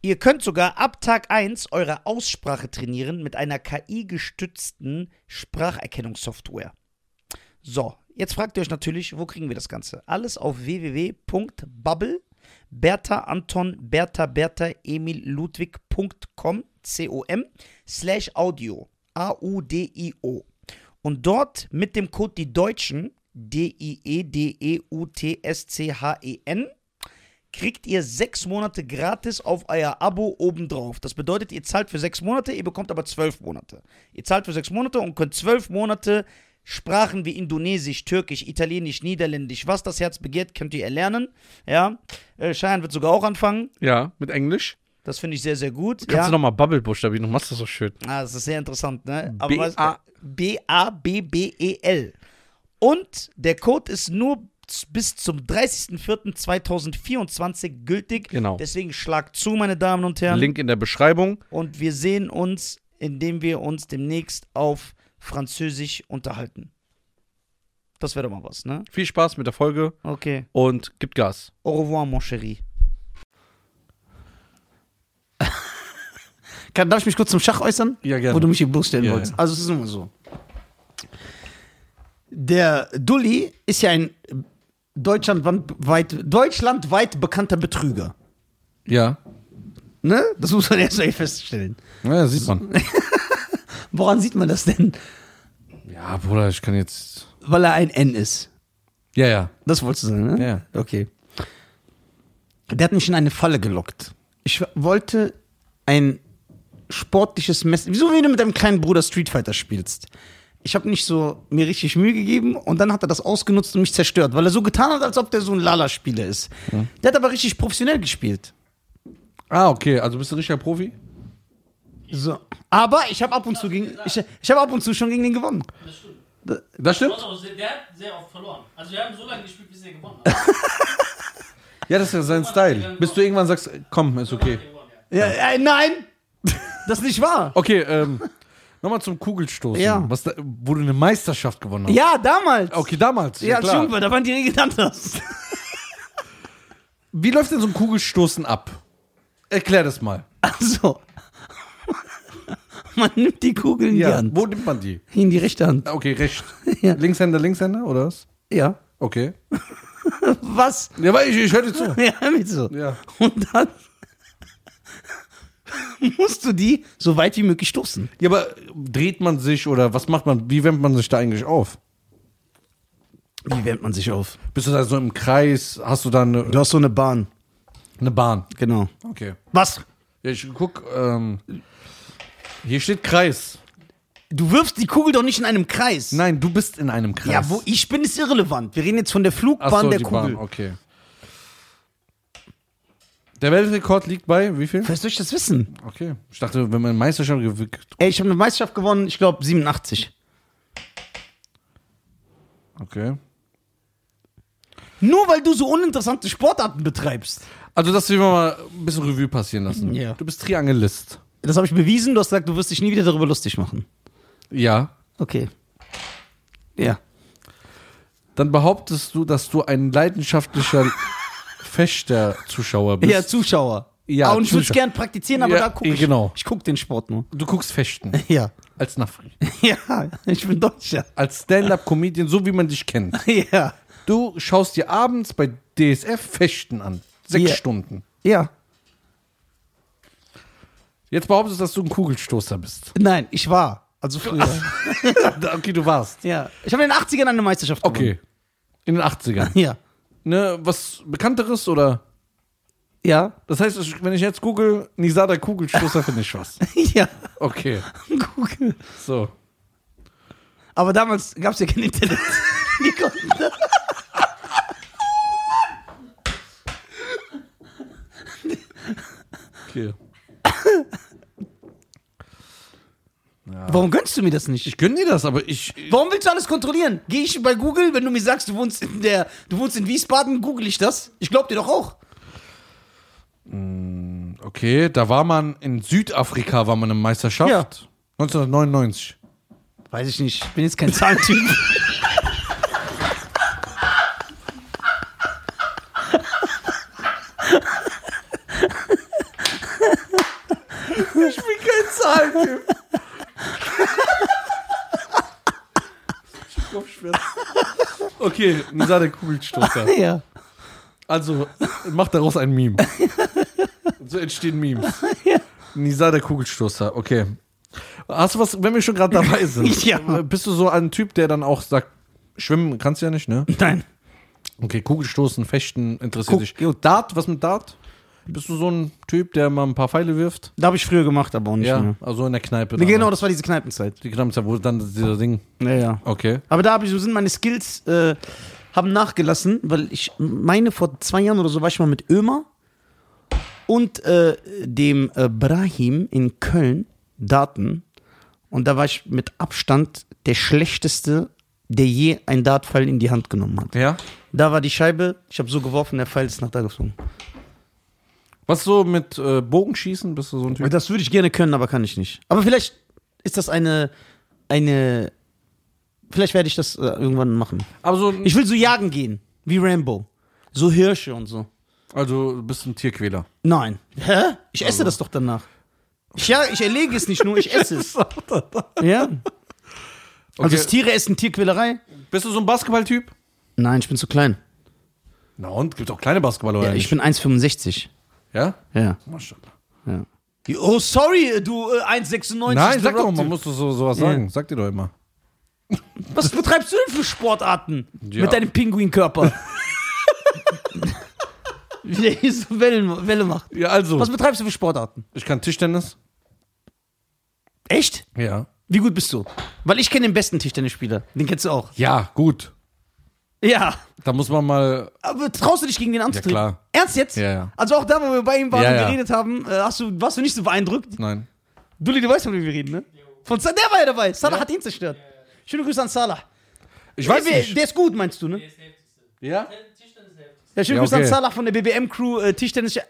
Ihr könnt sogar ab Tag 1 eure Aussprache trainieren mit einer KI-gestützten Spracherkennungssoftware. So, jetzt fragt ihr euch natürlich, wo kriegen wir das Ganze? Alles auf www.bubble, Bertha Anton, Bertha Bertha Emil Ludwig.com, C-O-M, slash Audio, A-U-D-I-O. Und dort mit dem Code die Deutschen, E D-I-E-D-E-U-T-S-C-H-E-N, kriegt ihr sechs Monate gratis auf euer Abo obendrauf. Das bedeutet, ihr zahlt für sechs Monate, ihr bekommt aber zwölf Monate. Ihr zahlt für sechs Monate und könnt zwölf Monate Sprachen wie Indonesisch, Türkisch, Italienisch, Niederländisch, was das Herz begehrt, könnt ihr erlernen. Ja, äh, Schein wird sogar auch anfangen. Ja, mit Englisch? Das finde ich sehr, sehr gut. Kannst ja. du nochmal Bubble buchstabieren? Du machst das so schön. Ah, das ist sehr interessant, ne? B- was- A- B-A-B-B-E-L. E Und der Code ist nur z- bis zum 30.04.2024 gültig. Genau. Deswegen schlag zu, meine Damen und Herren. Link in der Beschreibung. Und wir sehen uns, indem wir uns demnächst auf Französisch unterhalten. Das wäre doch mal was, ne? Viel Spaß mit der Folge Okay. und gibt Gas. Au revoir, mon chéri. Kann, darf ich mich kurz zum Schach äußern? Ja, gerne. Wo du mich hier bloßstellen Ja, wolltest. ja. Also, es ist immer so. Der Dulli ist ja ein deutschlandweit, deutschlandweit bekannter Betrüger. Ja. Ne? Das muss man *laughs* erst mal hier feststellen. Ja, sieht man. Woran sieht man das denn? *laughs* Ja, Bruder, ich kann jetzt. Weil er ein N ist. Ja, ja. Das wolltest du sagen, ne? Ja. Okay. Der hat mich in eine Falle gelockt. Ich wollte ein sportliches Messer. Wieso, wenn du mit deinem kleinen Bruder Street Fighter spielst? Ich habe nicht so mir richtig Mühe gegeben und dann hat er das ausgenutzt und mich zerstört, weil er so getan hat, als ob der so ein Lala-Spieler ist. Der hat aber richtig professionell gespielt. Ah, okay. Also bist du ein richtiger Profi? So. Aber ich habe ab und zu gegen, ich, ich habe ab und zu schon gegen den gewonnen. Das stimmt? Pass auf, der hat sehr oft verloren. Also wir haben so lange gespielt, bis er gewonnen hat. Ja, das ist ja sein Style. Bis du irgendwann sagst, äh, komm, ist okay. Ja, äh, nein, das ist nicht wahr. Okay, ähm, nochmal zum Kugelstoßen. Ja. Was da, wo du eine Meisterschaft gewonnen hast. Ja, damals. Oh. Okay, damals. Ja, als klar. Jung war, da waren die Regeln anders. Wie läuft denn so ein Kugelstoßen ab? Erklär das mal. Also, *laughs* man nimmt die Kugel in die Hand. Wo nimmt man die? In die rechte Hand. Okay, recht. Ja. Linkshänder, Linkshänder, oder was? Ja. Okay. Was? Ja, weil ich, ich höre dir *laughs* zu. Ja, mit so. Ja. Und dann *laughs* musst du die so weit wie möglich stoßen. Ja, aber dreht man sich oder was macht man? Wie wärmt man sich da eigentlich auf? Wie wärmt man sich auf? Bist du da so im Kreis? Hast du da eine, Du hast so eine Bahn. eine Bahn? Genau. Okay. Was? Ja, ich guck, ähm, hier steht Kreis. Du wirfst die Kugel doch nicht in einem Kreis. Nein, du bist in einem Kreis. Ja, wo ich bin, ist irrelevant. Wir reden jetzt von der Flugbahn so, der die Kugel. Bahn, okay. Der Weltrekord liegt bei wie viel? Wer soll ich das wissen? Okay. Ich dachte, wenn man Meisterschaft gewinnt. Ey, ich habe eine Meisterschaft gewonnen, ich glaube 87. Okay. Nur weil du so uninteressante Sportarten betreibst. Also, das will man mal ein bisschen Revue passieren lassen. Ja. Du bist Triangelist. Das habe ich bewiesen. Du hast gesagt, du wirst dich nie wieder darüber lustig machen. Ja. Okay. Ja. Dann behauptest du, dass du ein *laughs* leidenschaftlicher Fechter-Zuschauer bist. ja, Zuschauer. Ja, ah, und ich würde es Zuschauer. gern praktizieren, aber Ja, da gucke ich. genau. Ich gucke den Sport nur. Du guckst Fechten Ja. als Nafri. *laughs* Ja, ich bin Deutscher. Als Stand-Up-Comedian, so wie man dich kennt. Ja. Du schaust dir abends bei DSF Fechten an. Sechs Ja. Stunden. Ja. Jetzt behauptest du, dass du ein Kugelstoßer *laughs* bist. Nein, ich war. Also früher. okay, du warst. ja. Ich habe in den 80ern eine Meisterschaft gewonnen. Okay. In den *laughs* 80ern. Ja. Ne, was Bekannteres oder? Ja. Das heißt, ich- wenn ich jetzt google, Nisada *laughs* Kugelstoßer, finde ich was. *laughs* Ja. *laughs* Okay, Google. so. Aber damals gab es ja kein Internet. Die konnten das. Okay. Warum gönnst du mir das nicht? Ich gönne dir das, aber ich. Warum willst du alles kontrollieren? Gehe ich bei Google, wenn du mir sagst, du wohnst in der, du wohnst in Wiesbaden, google ich das? Ich glaub dir doch auch. Okay, da war man in Südafrika, war man eine Meisterschaft. Ja. 1999. Weiß ich nicht. Ich bin jetzt kein Zahlentyp. Ich bin kein Zahlentyp. Okay, Nisada Kugelstoßer. ja. Also, mach daraus ein Meme. Und so entstehen Memes. Nisa, der Kugelstoßer, okay. Hast du was, wenn wir schon gerade dabei sind? *laughs* Ja. Bist du so ein Typ, der dann auch sagt, schwimmen kannst du ja nicht, ne? Nein. Okay, Kugelstoßen, Fechten interessiert Guck, dich. gut. Dart, was mit Dart? Bist du so ein Typ, der mal ein paar Pfeile wirft? Da habe ich früher gemacht, aber auch nicht Ja, mehr. also in der Kneipe. Nee, da, genau, ne? das war diese Kneipenzeit. Die Kneipe, wo dann dieser Ding. Naja. Okay. Aber da hab ich, so sind meine Skills äh, haben nachgelassen, weil ich meine, vor zwei Jahren oder so war ich mal mit Ömer und äh, dem äh, Brahim in Köln Daten. Und da war ich mit Abstand der schlechteste, der je einen Dartpfeil in die Hand genommen hat. Ja. Da war die Scheibe, ich habe so geworfen, der Pfeil ist nach da geflogen. Was so mit äh, Bogenschießen? Bist du so ein Typ? Das würde ich gerne können, aber kann ich nicht. Aber vielleicht ist das eine. eine vielleicht werde ich das äh, irgendwann machen. Aber so, Ich will so jagen gehen, wie Rambo. So Hirsche und so. also bist ein Tierquäler. Nein. Hä? Ich esse das doch danach. Ich, ja, ich erlege es nicht nur, ich esse *laughs* es. ja? Also ist Tiere essen Tierquälerei? Bist du so ein Basketballtyp? Nein, ich bin zu klein. Na und? Gibt auch kleine Basketballer, Ja, oder ich nicht? bin 1,65. Ja? Ja. Maschallah. Oh, sorry, du äh, 1,96. Nein, sag The doch, man Rock, du. muss doch so, sowas sagen. Sag dir doch immer. Was betreibst du denn für Sportarten? Ja. Mit deinem Pinguinkörper. *laughs* Wie der hier so Wellen, Welle macht. Ja, also. Was betreibst du für Sportarten? Ich kann Tischtennis. Echt? Ja. Wie gut bist du? Weil ich kenne den besten Tischtennisspieler. Den kennst du auch. Ja, gut. Ja. Da muss man mal. Aber traust du dich gegen den anzutreten? Ja, klar. Ernst jetzt? Ja, ja. Also auch da, wo wir bei ihm waren Ja, und ja. geredet haben, äh, hast du, warst du nicht so beeindruckt? Nein. Dulli, du weißt, von wem wir reden, ne? Von Sa- der war ja dabei. Salah hat ihn zerstört. Schöne Grüße an Salah. Ich weiß Ey, wer- nicht. Der ist gut, meinst du, ne? Der ist der Heftigste. Ja? Der Tischtennis ist der Heftigste. Ja, schöne Ja, Grüße an okay. Salah von der BBM-Crew, äh, Tischtennis. Äh,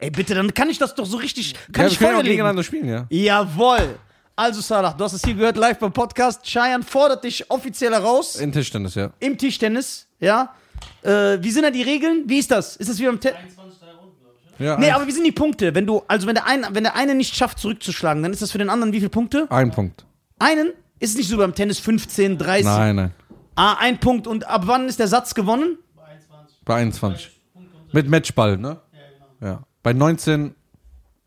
Ey, bitte, dann kann ich das doch so richtig. Kann ja, ich wir können ja Feuer auch legen. gegeneinander spielen, ja. Jawohl. Also, Salah, du hast es hier gehört, live beim Podcast. Cheyenne fordert dich offiziell heraus In Tischtennis, ja. im Tischtennis, ja? Äh, wie sind da die Regeln? Wie ist das? Ist das wie beim Tennis? 21, drei Runden, glaube ich. Oder? ja Nee, ein, aber wie sind die Punkte? Wenn du, also wenn der, ein, wenn der eine nicht schafft, zurückzuschlagen, dann ist das für den anderen wie viele Punkte? ein Punkt. Einen? Ist es nicht so beim Tennis 15, 30? Nein, nein. Ah, ein Punkt. Und ab wann ist der Satz gewonnen? Bei 21. Bei 21. Punkte unter. Mit Matchball, ne? Ja, genau. Ja. Bei 19.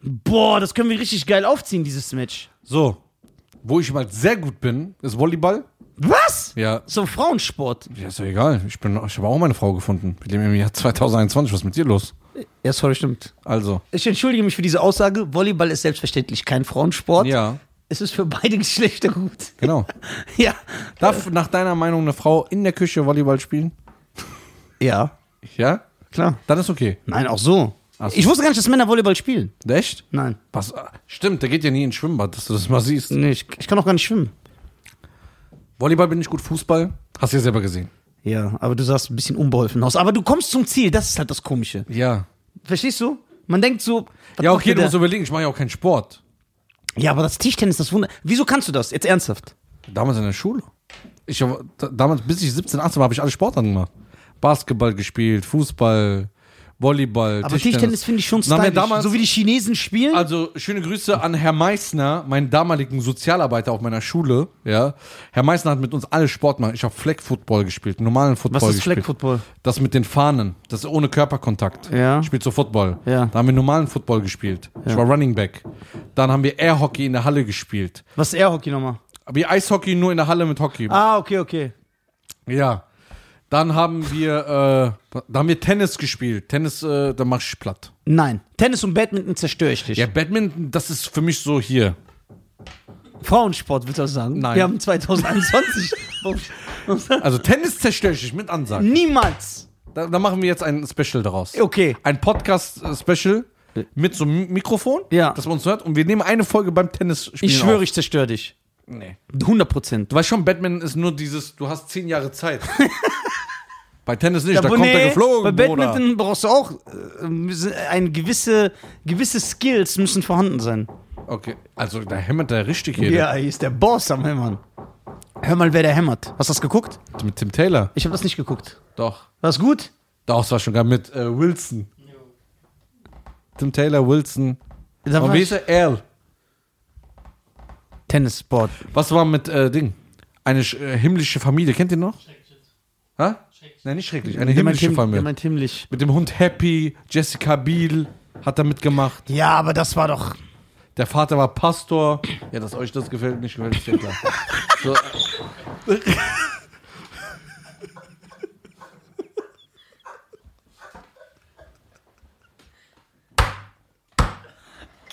Boah, das können wir richtig geil aufziehen, dieses Match. So. Wo ich mal sehr gut bin, ist Volleyball. Was? Ja. So ein Frauensport. Ja, ist doch egal. Ich, bin- ich habe auch meine Frau gefunden. Mit dem im Jahr 2021. Was ist mit dir los? Ja, sorry, stimmt. Also. Ich entschuldige mich für diese Aussage. Volleyball ist selbstverständlich kein Frauensport. Ja, Es ist für beide Geschlechter gut. *laughs* genau. ja. Darf nach deiner Meinung eine Frau in der Küche Volleyball spielen? Ja. Ja? Klar. Dann ist okay. Nein, auch so. so. Ich wusste gar nicht, dass Männer Volleyball spielen. Echt? Nein. Was? ah, Stimmt, der geht ja nie ins Schwimmbad, dass du das mal siehst. Nee, ich, ich kann auch gar nicht schwimmen. Volleyball bin ich gut, Fußball hast du ja selber gesehen. Ja, aber du sahst ein bisschen unbeholfen aus. Aber du kommst zum Ziel, das ist halt das Komische. Ja. Verstehst du? Man denkt so. was Ja, macht okay, der du da? musst überlegen, ich mache ja auch keinen Sport. Ja, aber das Tischtennis, das Wunder. Wieso kannst du das? Jetzt ernsthaft. Damals in der Schule. Ich hab, da, damals, bis ich 17, 18 war, habe ich alle Sportarten gemacht. Basketball gespielt, Fußball, Volleyball, Aber Tischtennis, finde ich schon Na, mir stylisch. damals- so wie die Chinesen spielen. Also, schöne Grüße an Herr Meißner, meinen damaligen Sozialarbeiter auf meiner Schule. Ja. Herr Meißner hat mit uns alle Sport gemacht. Ich habe Flag Football gespielt, normalen Football Was ist gespielt. Flag Football? Das mit den Fahnen, das ist ohne Körperkontakt. Ja. Spielt so Football. Ja. Da haben wir normalen Football gespielt. Ich war Running Back. Dann haben wir Air Hockey in der Halle gespielt. Was ist Airhockey nochmal? Wie Eishockey nur in der Halle mit Hockey. Ah, okay, okay. Ja. Dann haben wir, äh, da haben wir Tennis gespielt. Tennis, äh, da mach ich platt. Nein. Tennis und Badminton zerstöre ich dich. Ja, Badminton, das ist für mich so hier. Frauensport, willst du das sagen? Nein. Wir haben *laughs* 2021. Also Tennis zerstöre ich dich mit Ansage. Niemals. Da, da machen wir jetzt ein Special daraus. Okay. Ein Podcast-Special mit so einem Mikrofon, Ja. das man uns hört. Und wir nehmen eine Folge beim Tennis spielen. Ich schwöre, ich zerstöre dich. Nee. 100 Prozent. Du weißt schon, Batman ist nur dieses, du hast zehn Jahre Zeit. *laughs* bei Tennis nicht, da kommt nee, er geflogen, Bei Bruder. Badminton brauchst du auch äh, müssen- ein gewisse, gewisse Skills müssen vorhanden sein. Okay, also da hämmert er richtig hier. Ja, hier ist der Boss am Hämmern. Hör mal, wer der hämmert. Hast du das geguckt? Mit Tim Taylor. Ich habe das nicht geguckt. Doch. War es gut? Doch, es war schon gar mit äh, Wilson. Tim Taylor, Wilson. Da Und war wie ich- ist er? Earl. Tennissport. Was war mit äh, Ding? Eine sch- äh, himmlische Familie, kennt ihr noch? Schreckshit. Hä? Schreckshit. Nein, nicht schrecklich. Eine Der meint himmlische him- der Familie. meint himmlisch. Mit dem Hund Happy, Jessica Biel hat da mitgemacht. Ja, aber das war doch. Der Vater war Pastor. Ja, dass euch das gefällt, nicht gefällt, ist ja *laughs* klar. So.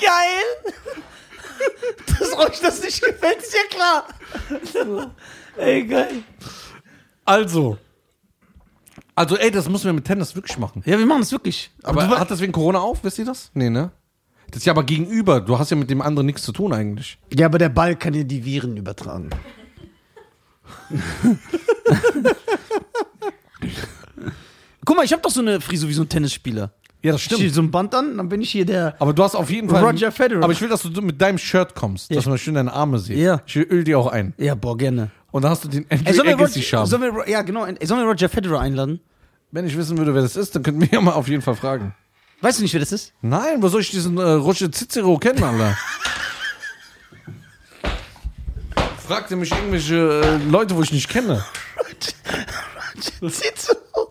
Geil! *laughs* Dass euch das nicht gefällt, ist ja klar. Ey, geil. Also, Also, ey, das müssen wir mit Tennis wirklich machen. Ja, wir machen das wirklich. Aber du, hat das wegen Corona auf? Wisst ihr das? Nee, ne? Das ist ja aber gegenüber. Du hast ja mit dem anderen nichts zu tun eigentlich. ja, aber der Ball kann dir die Viren übertragen. Guck mal, ich habe doch so eine Frisur wie so ein Tennisspieler. Ja, das Ich zieh so ein Band an, dann bin ich hier der. Aber du hast auf jeden Fall. Roger Federer. Aber ich will, dass du mit deinem Shirt kommst, dass man schön deine Arme sieht. Ja. Ich öl dir auch ein. Ja, boah, gerne. Und dann hast du den Ey, sollen, Andrew wir Agassi Roger, Charme. sollen wir, Ro- ja, genau. ey, Sollen wir Roger Federer einladen? Wenn ich wissen würde, wer das ist, dann könnten wir ja mal auf jeden Fall fragen. Weißt du nicht, wer das *laughs* ist? Nein, wo soll ich diesen äh, Roger Cicero kennen, Alter? *laughs* Fragte mich irgendwelche äh, Leute, wo ich nicht kenne. Cicero.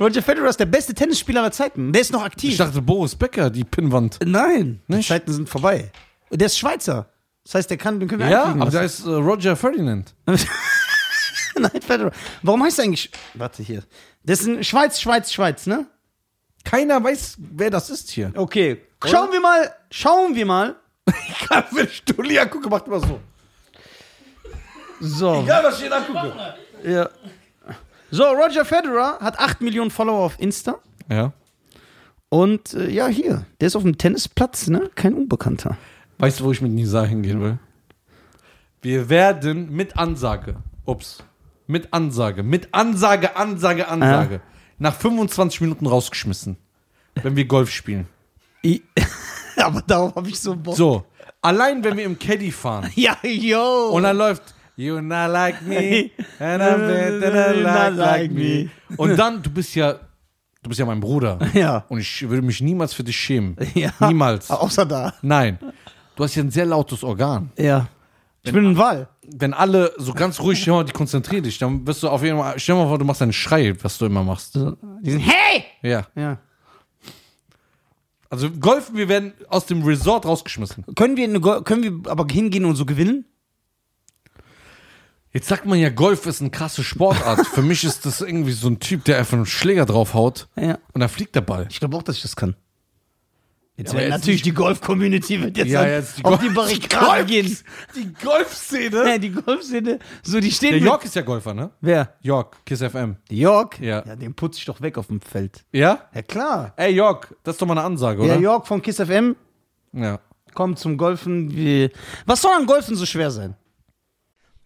Roger Federer ist der beste Tennisspieler aller Zeiten. Der ist noch aktiv. Ich dachte, Boris Becker, die Pinnwand. Nein, die Nicht? Zeiten sind vorbei. Der ist Schweizer. Das heißt, der kann, den können wir Ja, einfliegen aber da lassen. ist äh, Roger Ferdinand. *laughs* Nein, Federer. Warum heißt er eigentlich? Warte hier. Das ist in Schweiz, Schweiz, Schweiz, ne? Keiner weiß, wer das ist *laughs* hier. Okay. Schauen wir mal, schauen wir mal. Wenn ich Julia gucke, macht immer so. So. Ja, was ich hier angucke. Ja. So, Roger Federer hat 8 Millionen Follower auf Insta. Ja. Und äh, ja, hier. Der ist auf dem Tennisplatz, ne? Kein Unbekannter. Weißt du, wo ich mit Nisa hingehen will? Wir werden mit Ansage, ups, mit Ansage, mit Ansage, Ansage, Ansage, nach 25 Minuten rausgeschmissen, wenn wir Golf spielen. I *laughs* Aber darauf habe ich so Bock. So, allein wenn wir im Caddy fahren Ja, yo. und dann läuft You're not like me, and I'm better like, like me. Und dann, du bist ja, du bist *laughs* ja mein Bruder. Ja. Und ich würde mich niemals für dich *laughs* schämen. Ja. Niemals. Ah, Außer da. Nein. Du hast ja ein sehr lautes Organ. Ja. Ich bin ein Wal. wenn alle so ganz ruhig sind, die konzentrier dich, dann wirst du auf jeden Fall, stell dir mal vor, du machst einen Schrei, was du immer machst. Die sind, hey! Ja. Ja. Also Golfen, wir werden aus dem Resort rausgeschmissen. Können wir, eine Go- können wir aber hingehen und so gewinnen? Jetzt sagt man ja, Golf ist eine krasse Sportart. Für mich ist das irgendwie so ein Typ, der einfach einen Schläger draufhaut Ja. und dann fliegt der Ball. Ich glaube auch, dass ich das kann. Jetzt aber wird jetzt natürlich die Golf-Community wird jetzt, Ja, auf- jetzt die auf Golf- die Barrikaden gehen. Die Golfszene? Ja, die Golfsinne, so die stehen Der mit- York ist ja Golfer, ne? Wer? York, Kiss FM. Die York? Ja. ja. Den putze ich doch weg auf dem Feld. Ja? Ja, klar. Ey, York, das ist doch mal eine Ansage, oder? Der York von Kiss FM ja. kommt zum Golfen. Wie Was soll an Golfen so schwer sein?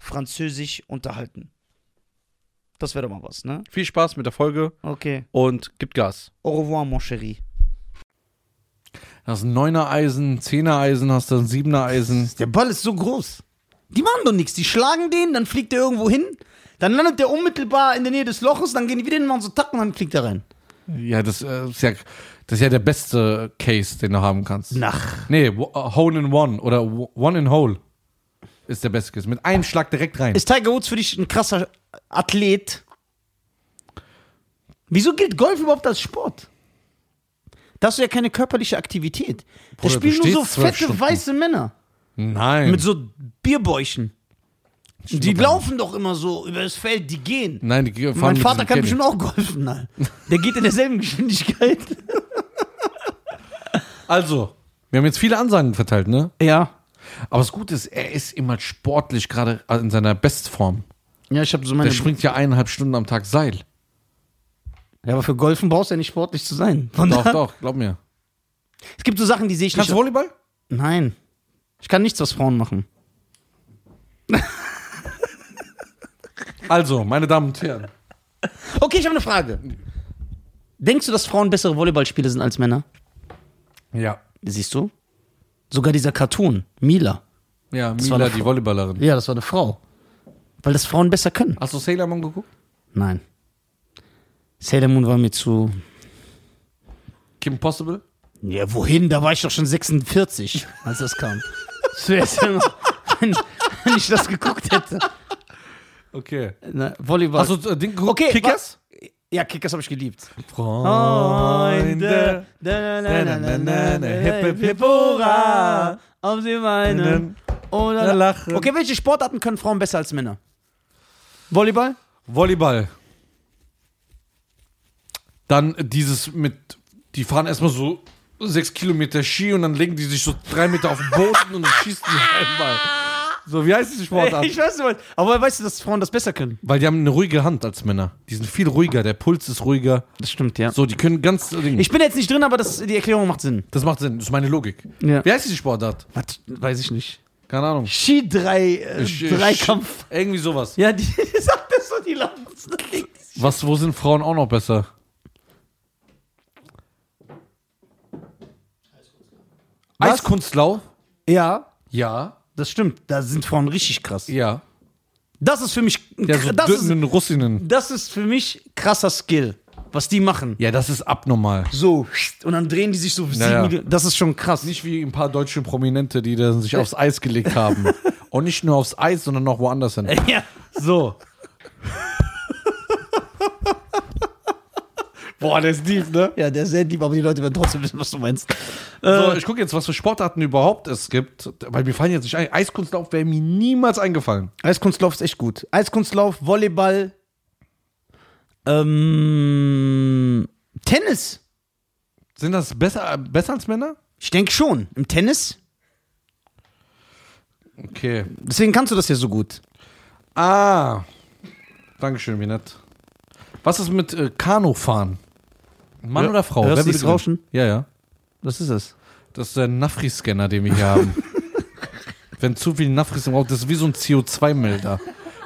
Französisch unterhalten. Das wäre doch mal was, ne? Viel Spaß mit der Folge Okay. und gib Gas. Au revoir, mon chéri. Das ist ein Neuner-Eisen, Zehner-Eisen, hast du ein *laughs* Siebener-Eisen. Der Ball ist so groß. Die machen doch nichts. Die schlagen den, dann fliegt der irgendwo hin. Dann landet der unmittelbar in der Nähe des Loches, dann gehen die wieder hin, machen so Tacken, dann fliegt er rein. Ja, das, äh, ist ja, das ist ja der beste Case, den du haben kannst. Nach. Nee, wo- äh, Hole in One oder wo- One in Hole. ist der beste Kiss. Mit einem Schlag direkt rein. Ist Tiger Woods für dich ein krasser Athlet? Wieso gilt Golf überhaupt als Sport? Das ist ja keine körperliche Aktivität. Bruder, Das du spielen nur so stehst zwölf fette Stunden. weiße Männer Nein. mit so Bierbäuchen. Die aber- laufen doch immer so über das Feld, die gehen. Nein, die fahren mein mit Vater diesem kann Caddy. bestimmt auch golfen. Nein. Der geht in derselben *laughs* Geschwindigkeit. Also, wir haben jetzt viele Ansagen verteilt, ne? Ja. Aber das Gute ist, er ist immer sportlich gerade äh, in seiner Bestform. Ja, ich habe so Er meine. springt ja eineinhalb Stunden am Tag *laughs* Seil. Ja, aber für Golfen brauchst du ja nicht sportlich zu sein. Von Doch, da- doch, glaub mir. Es gibt so Sachen, die sehe ich Kannst nicht. du Volleyball? Nein. Ich kann nichts, was Frauen machen. Also, meine Damen und Herren. Okay, ich habe eine Frage. Denkst du, dass Frauen bessere Volleyballspieler sind als Männer? Ja. Siehst du? Sogar dieser Cartoon, Mila. Ja, war Mila, eine die Frau. Volleyballerin. Ja, das war eine Frau. Weil das Frauen besser können. Hast du Sailor Moon geguckt? Nein. Sailor Moon war mir zu. Kim Possible? Ja, wohin? Da war ich doch schon 46, als das *laughs* kam. Das wäre ja noch, wenn, wenn ich das geguckt hätte. Okay. Na, Volleyball. Hast du äh, Ding geguckt? Okay, Kickers? ja, Kickers habe ich geliebt. Freunde. Da, da, na, na, na, na, na, hip, hip, hip, hurra, ob sie weinen oder lachen. Okay, welche Sportarten können Frauen besser als Männer? Volleyball? Volleyball. Dann äh, dieses mit, die fahren erstmal so sechs Kilometer Ski und dann legen die sich so drei Meter auf den Boden und dann schießen die einmal. So, wie heißt diese Sportart? Ich weiß nicht, aber weißt du, dass Frauen das besser können? Weil die haben eine ruhige Hand als Männer. Die sind viel ruhiger, der Puls ist ruhiger. Das stimmt, ja. So, die können ganz. Ich bin jetzt nicht drin, aber das, die Erklärung macht Sinn. das macht Sinn, das ist meine Logik. Ja. Wie heißt diese Sportart? Was? Weiß ich nicht. Keine Ahnung. Ski 3 äh, Sch- Dreikampf. Sch- Irgendwie sowas. Ja, die, die sagt das so, die lachen. Was, wo sind Frauen auch noch besser? Eiskunstlauf? Ja, Ja. das stimmt. Da sind Frauen richtig krass. Ja. Das ist für mich ein Ja, so kr- *laughs* das, ist, dünnen Russinnen. das ist für mich krasser Skill, was die machen. Ja, das ist abnormal. So, und dann drehen die sich so sieben Naja. Minuten. Das ist schon krass. Nicht wie ein paar deutsche Prominente, die da sich aufs Eis gelegt haben. *laughs* Und nicht nur aufs Eis, sondern noch woanders hin. *laughs* Ja. So. *laughs* Boah, der ist tief, ne? ja, der ist sehr lieb, aber die Leute werden trotzdem wissen, was du meinst. So, Äh, ich gucke jetzt, was für Sportarten überhaupt es gibt, weil mir fallen jetzt nicht ein. Eiskunstlauf wäre mir niemals eingefallen. Eiskunstlauf ist echt gut. Eiskunstlauf, Volleyball, ähm, Tennis. Sind das besser, besser als Männer? Ich denke schon. Im Tennis. Okay. Deswegen kannst du das ja so gut. Ah. Dankeschön, wie nett. Was ist mit äh, Kanufahren? Mann Hör- oder Frau? hörst du würde dieses gewinnen? Rauschen? Ja, ja. Was ist *laughs* das? Das ist der Nafri-Scanner, den wir hier haben. Wenn zu viele Nafris im Raum das ist wie so ein CO2-Melder.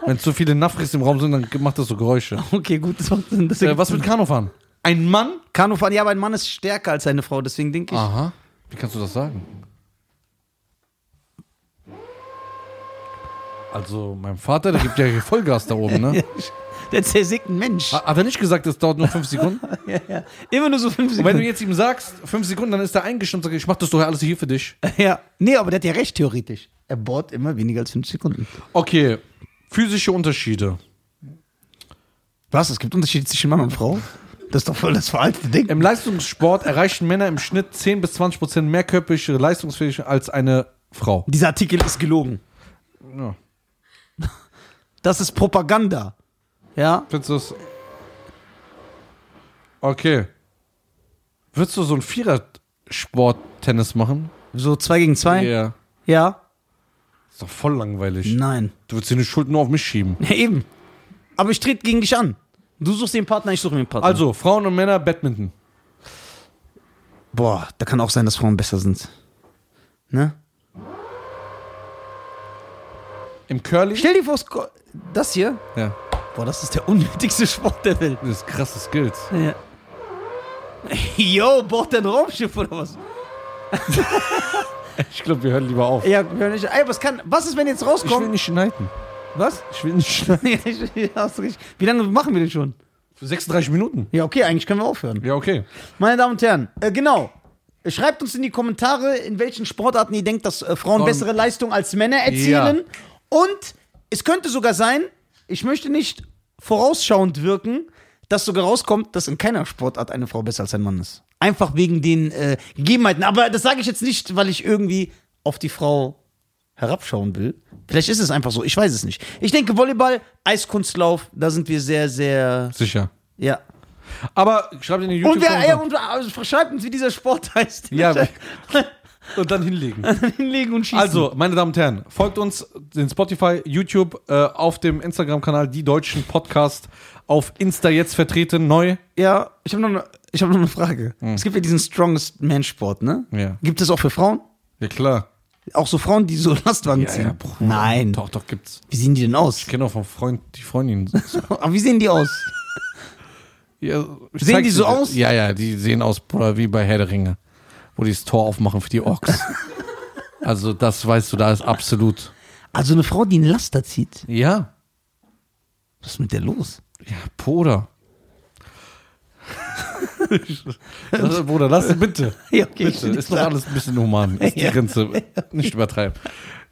Wenn zu viele Nafris im Raum sind, dann macht das so *laughs* Geräusche. Okay, gut, das macht Sinn. Äh, Deswegen, was mit Kanufahren? Ein Mann? Kanufahren, ja, aber ein Mann ist stärker als eine Frau, deswegen denke ich. Aha. Wie kannst du das sagen? Also, mein Vater, der gibt ja hier Vollgas da oben, ne? Der zersägt ein Mensch. Ha- Hat er nicht gesagt, das dauert nur fünf Sekunden? Immer nur so fünf Und wenn du Sekunden. jetzt ihm sagst, fünf Sekunden, dann ist er eingestimmt und sagt, ich mach das doch alles hier für dich. Ja. Nee, aber der hat ja recht, theoretisch. Er bohrt immer weniger als fünf Sekunden. Okay, physische Unterschiede. Was? Es gibt Unterschiede zwischen Mann und Frau? Das ist doch voll das veraltete Ding. Im Leistungssport erreichen Männer im Schnitt 10 bis 20 Prozent mehr körperliche Leistungsfähigkeit als eine Frau. Dieser Artikel ist gelogen. Ja. Das ist Propaganda. Ja? Findest du das? Okay. Würdest du so einen Vierer-Sport-Tennis machen? So zwei gegen zwei? Ja. Ja? Ist doch voll langweilig. Nein. Du würdest dir die Schuld nur auf mich schieben. Ja, eben. Aber ich trete gegen dich an. Du suchst den Partner, ich suche mir den Partner. Also, Frauen und Männer, Badminton. Boah, da kann auch sein, dass Frauen besser sind. Ne? Im Curling? Stell dir vor, es ko- das hier. Ja. Boah, das ist der unnötigste *laughs* Sport der Welt. Das ist krasse Skills. *laughs* Ja. Yo, braucht der ein Raumschiff oder was? Ich glaube, wir hören lieber auf. Ja, wir hören nicht. Ey, was kann. Was ist, wenn jetzt Ich will rauskommt? nicht schneiden. Was? Ich will nicht schneiden. Ja, ich- *laughs* ja, hast du recht. Wie lange machen wir denn schon? Für 36 Minuten. Ja, okay, eigentlich können wir aufhören. Ja, okay. Meine Damen und Herren, äh, genau. Schreibt uns in die Kommentare, in welchen Sportarten ihr denkt, dass äh, Frauen Frauen- bessere Leistung als Männer erzielen. Und es könnte sogar sein, ich möchte nicht vorausschauend wirken, dass sogar rauskommt, dass in keiner Sportart eine Frau besser als ein Mann ist. Einfach wegen den äh, Gegebenheiten. Aber das sage ich jetzt nicht, weil ich irgendwie auf die Frau herabschauen will. Vielleicht ist es einfach so, ich weiß es nicht. Ich denke, Volleyball, Eiskunstlauf, da sind wir sehr, sehr. Sicher. Ja. Aber schreibt in die Und, youtube wir, ja, und also, schreibt uns, wie dieser Sport *laughs* heißt. Ja, wir- und dann hinlegen. hinlegen und schießen. Also, meine Damen und Herren, folgt uns den Spotify, YouTube, äh, auf dem Instagram-Kanal Die Deutschen Podcast, auf Insta jetzt vertreten, neu. Ja, ich habe noch, ne- ich hab noch eine Frage. Es gibt ja diesen Strongest Man Sport, ne? Ja. Gibt es auch für Frauen? Ja, klar. Auch so Frauen, die so *laughs* Lastwagen ziehen? ja, Bruder. Nein. Doch, doch, gibt's. Wie sehen die denn aus? Ich kenne auch von Freund, die Freundin. Aber wie sehen die aus? Ja, ich Sehen zeig die dir so das. aus? Ja, ja, die sehen aus, Bruder, wie bei Herr der Ringe, wo die das Tor aufmachen für die *laughs* Orks. also, das weißt du, da ist absolut. Also eine Frau, die einen Laster zieht. Ja, Was ist mit der los? ja, Bruder. Das, *laughs* Bruder, lass bitte. *laughs* Ja, okay. Bitte, ist doch alles ein bisschen human. Ist die Grenze. Nicht übertreiben.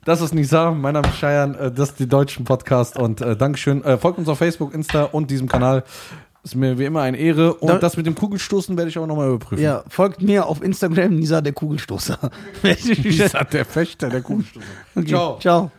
Das ist Nisa, mein Name ist Scheiern, äh, das ist die deutschen Podcast und äh, Dankeschön. Äh, folgt uns auf Facebook, Insta und diesem Kanal. Ist mir wie immer eine Ehre. Und Da- das mit dem Kugelstoßen werde ich auch nochmal überprüfen. *laughs* Ja, folgt mir auf Instagram, Nisa der Kugelstoßer. *laughs* Nisa Der Fechter, der Kugelstoßen. Ciao. Ciao.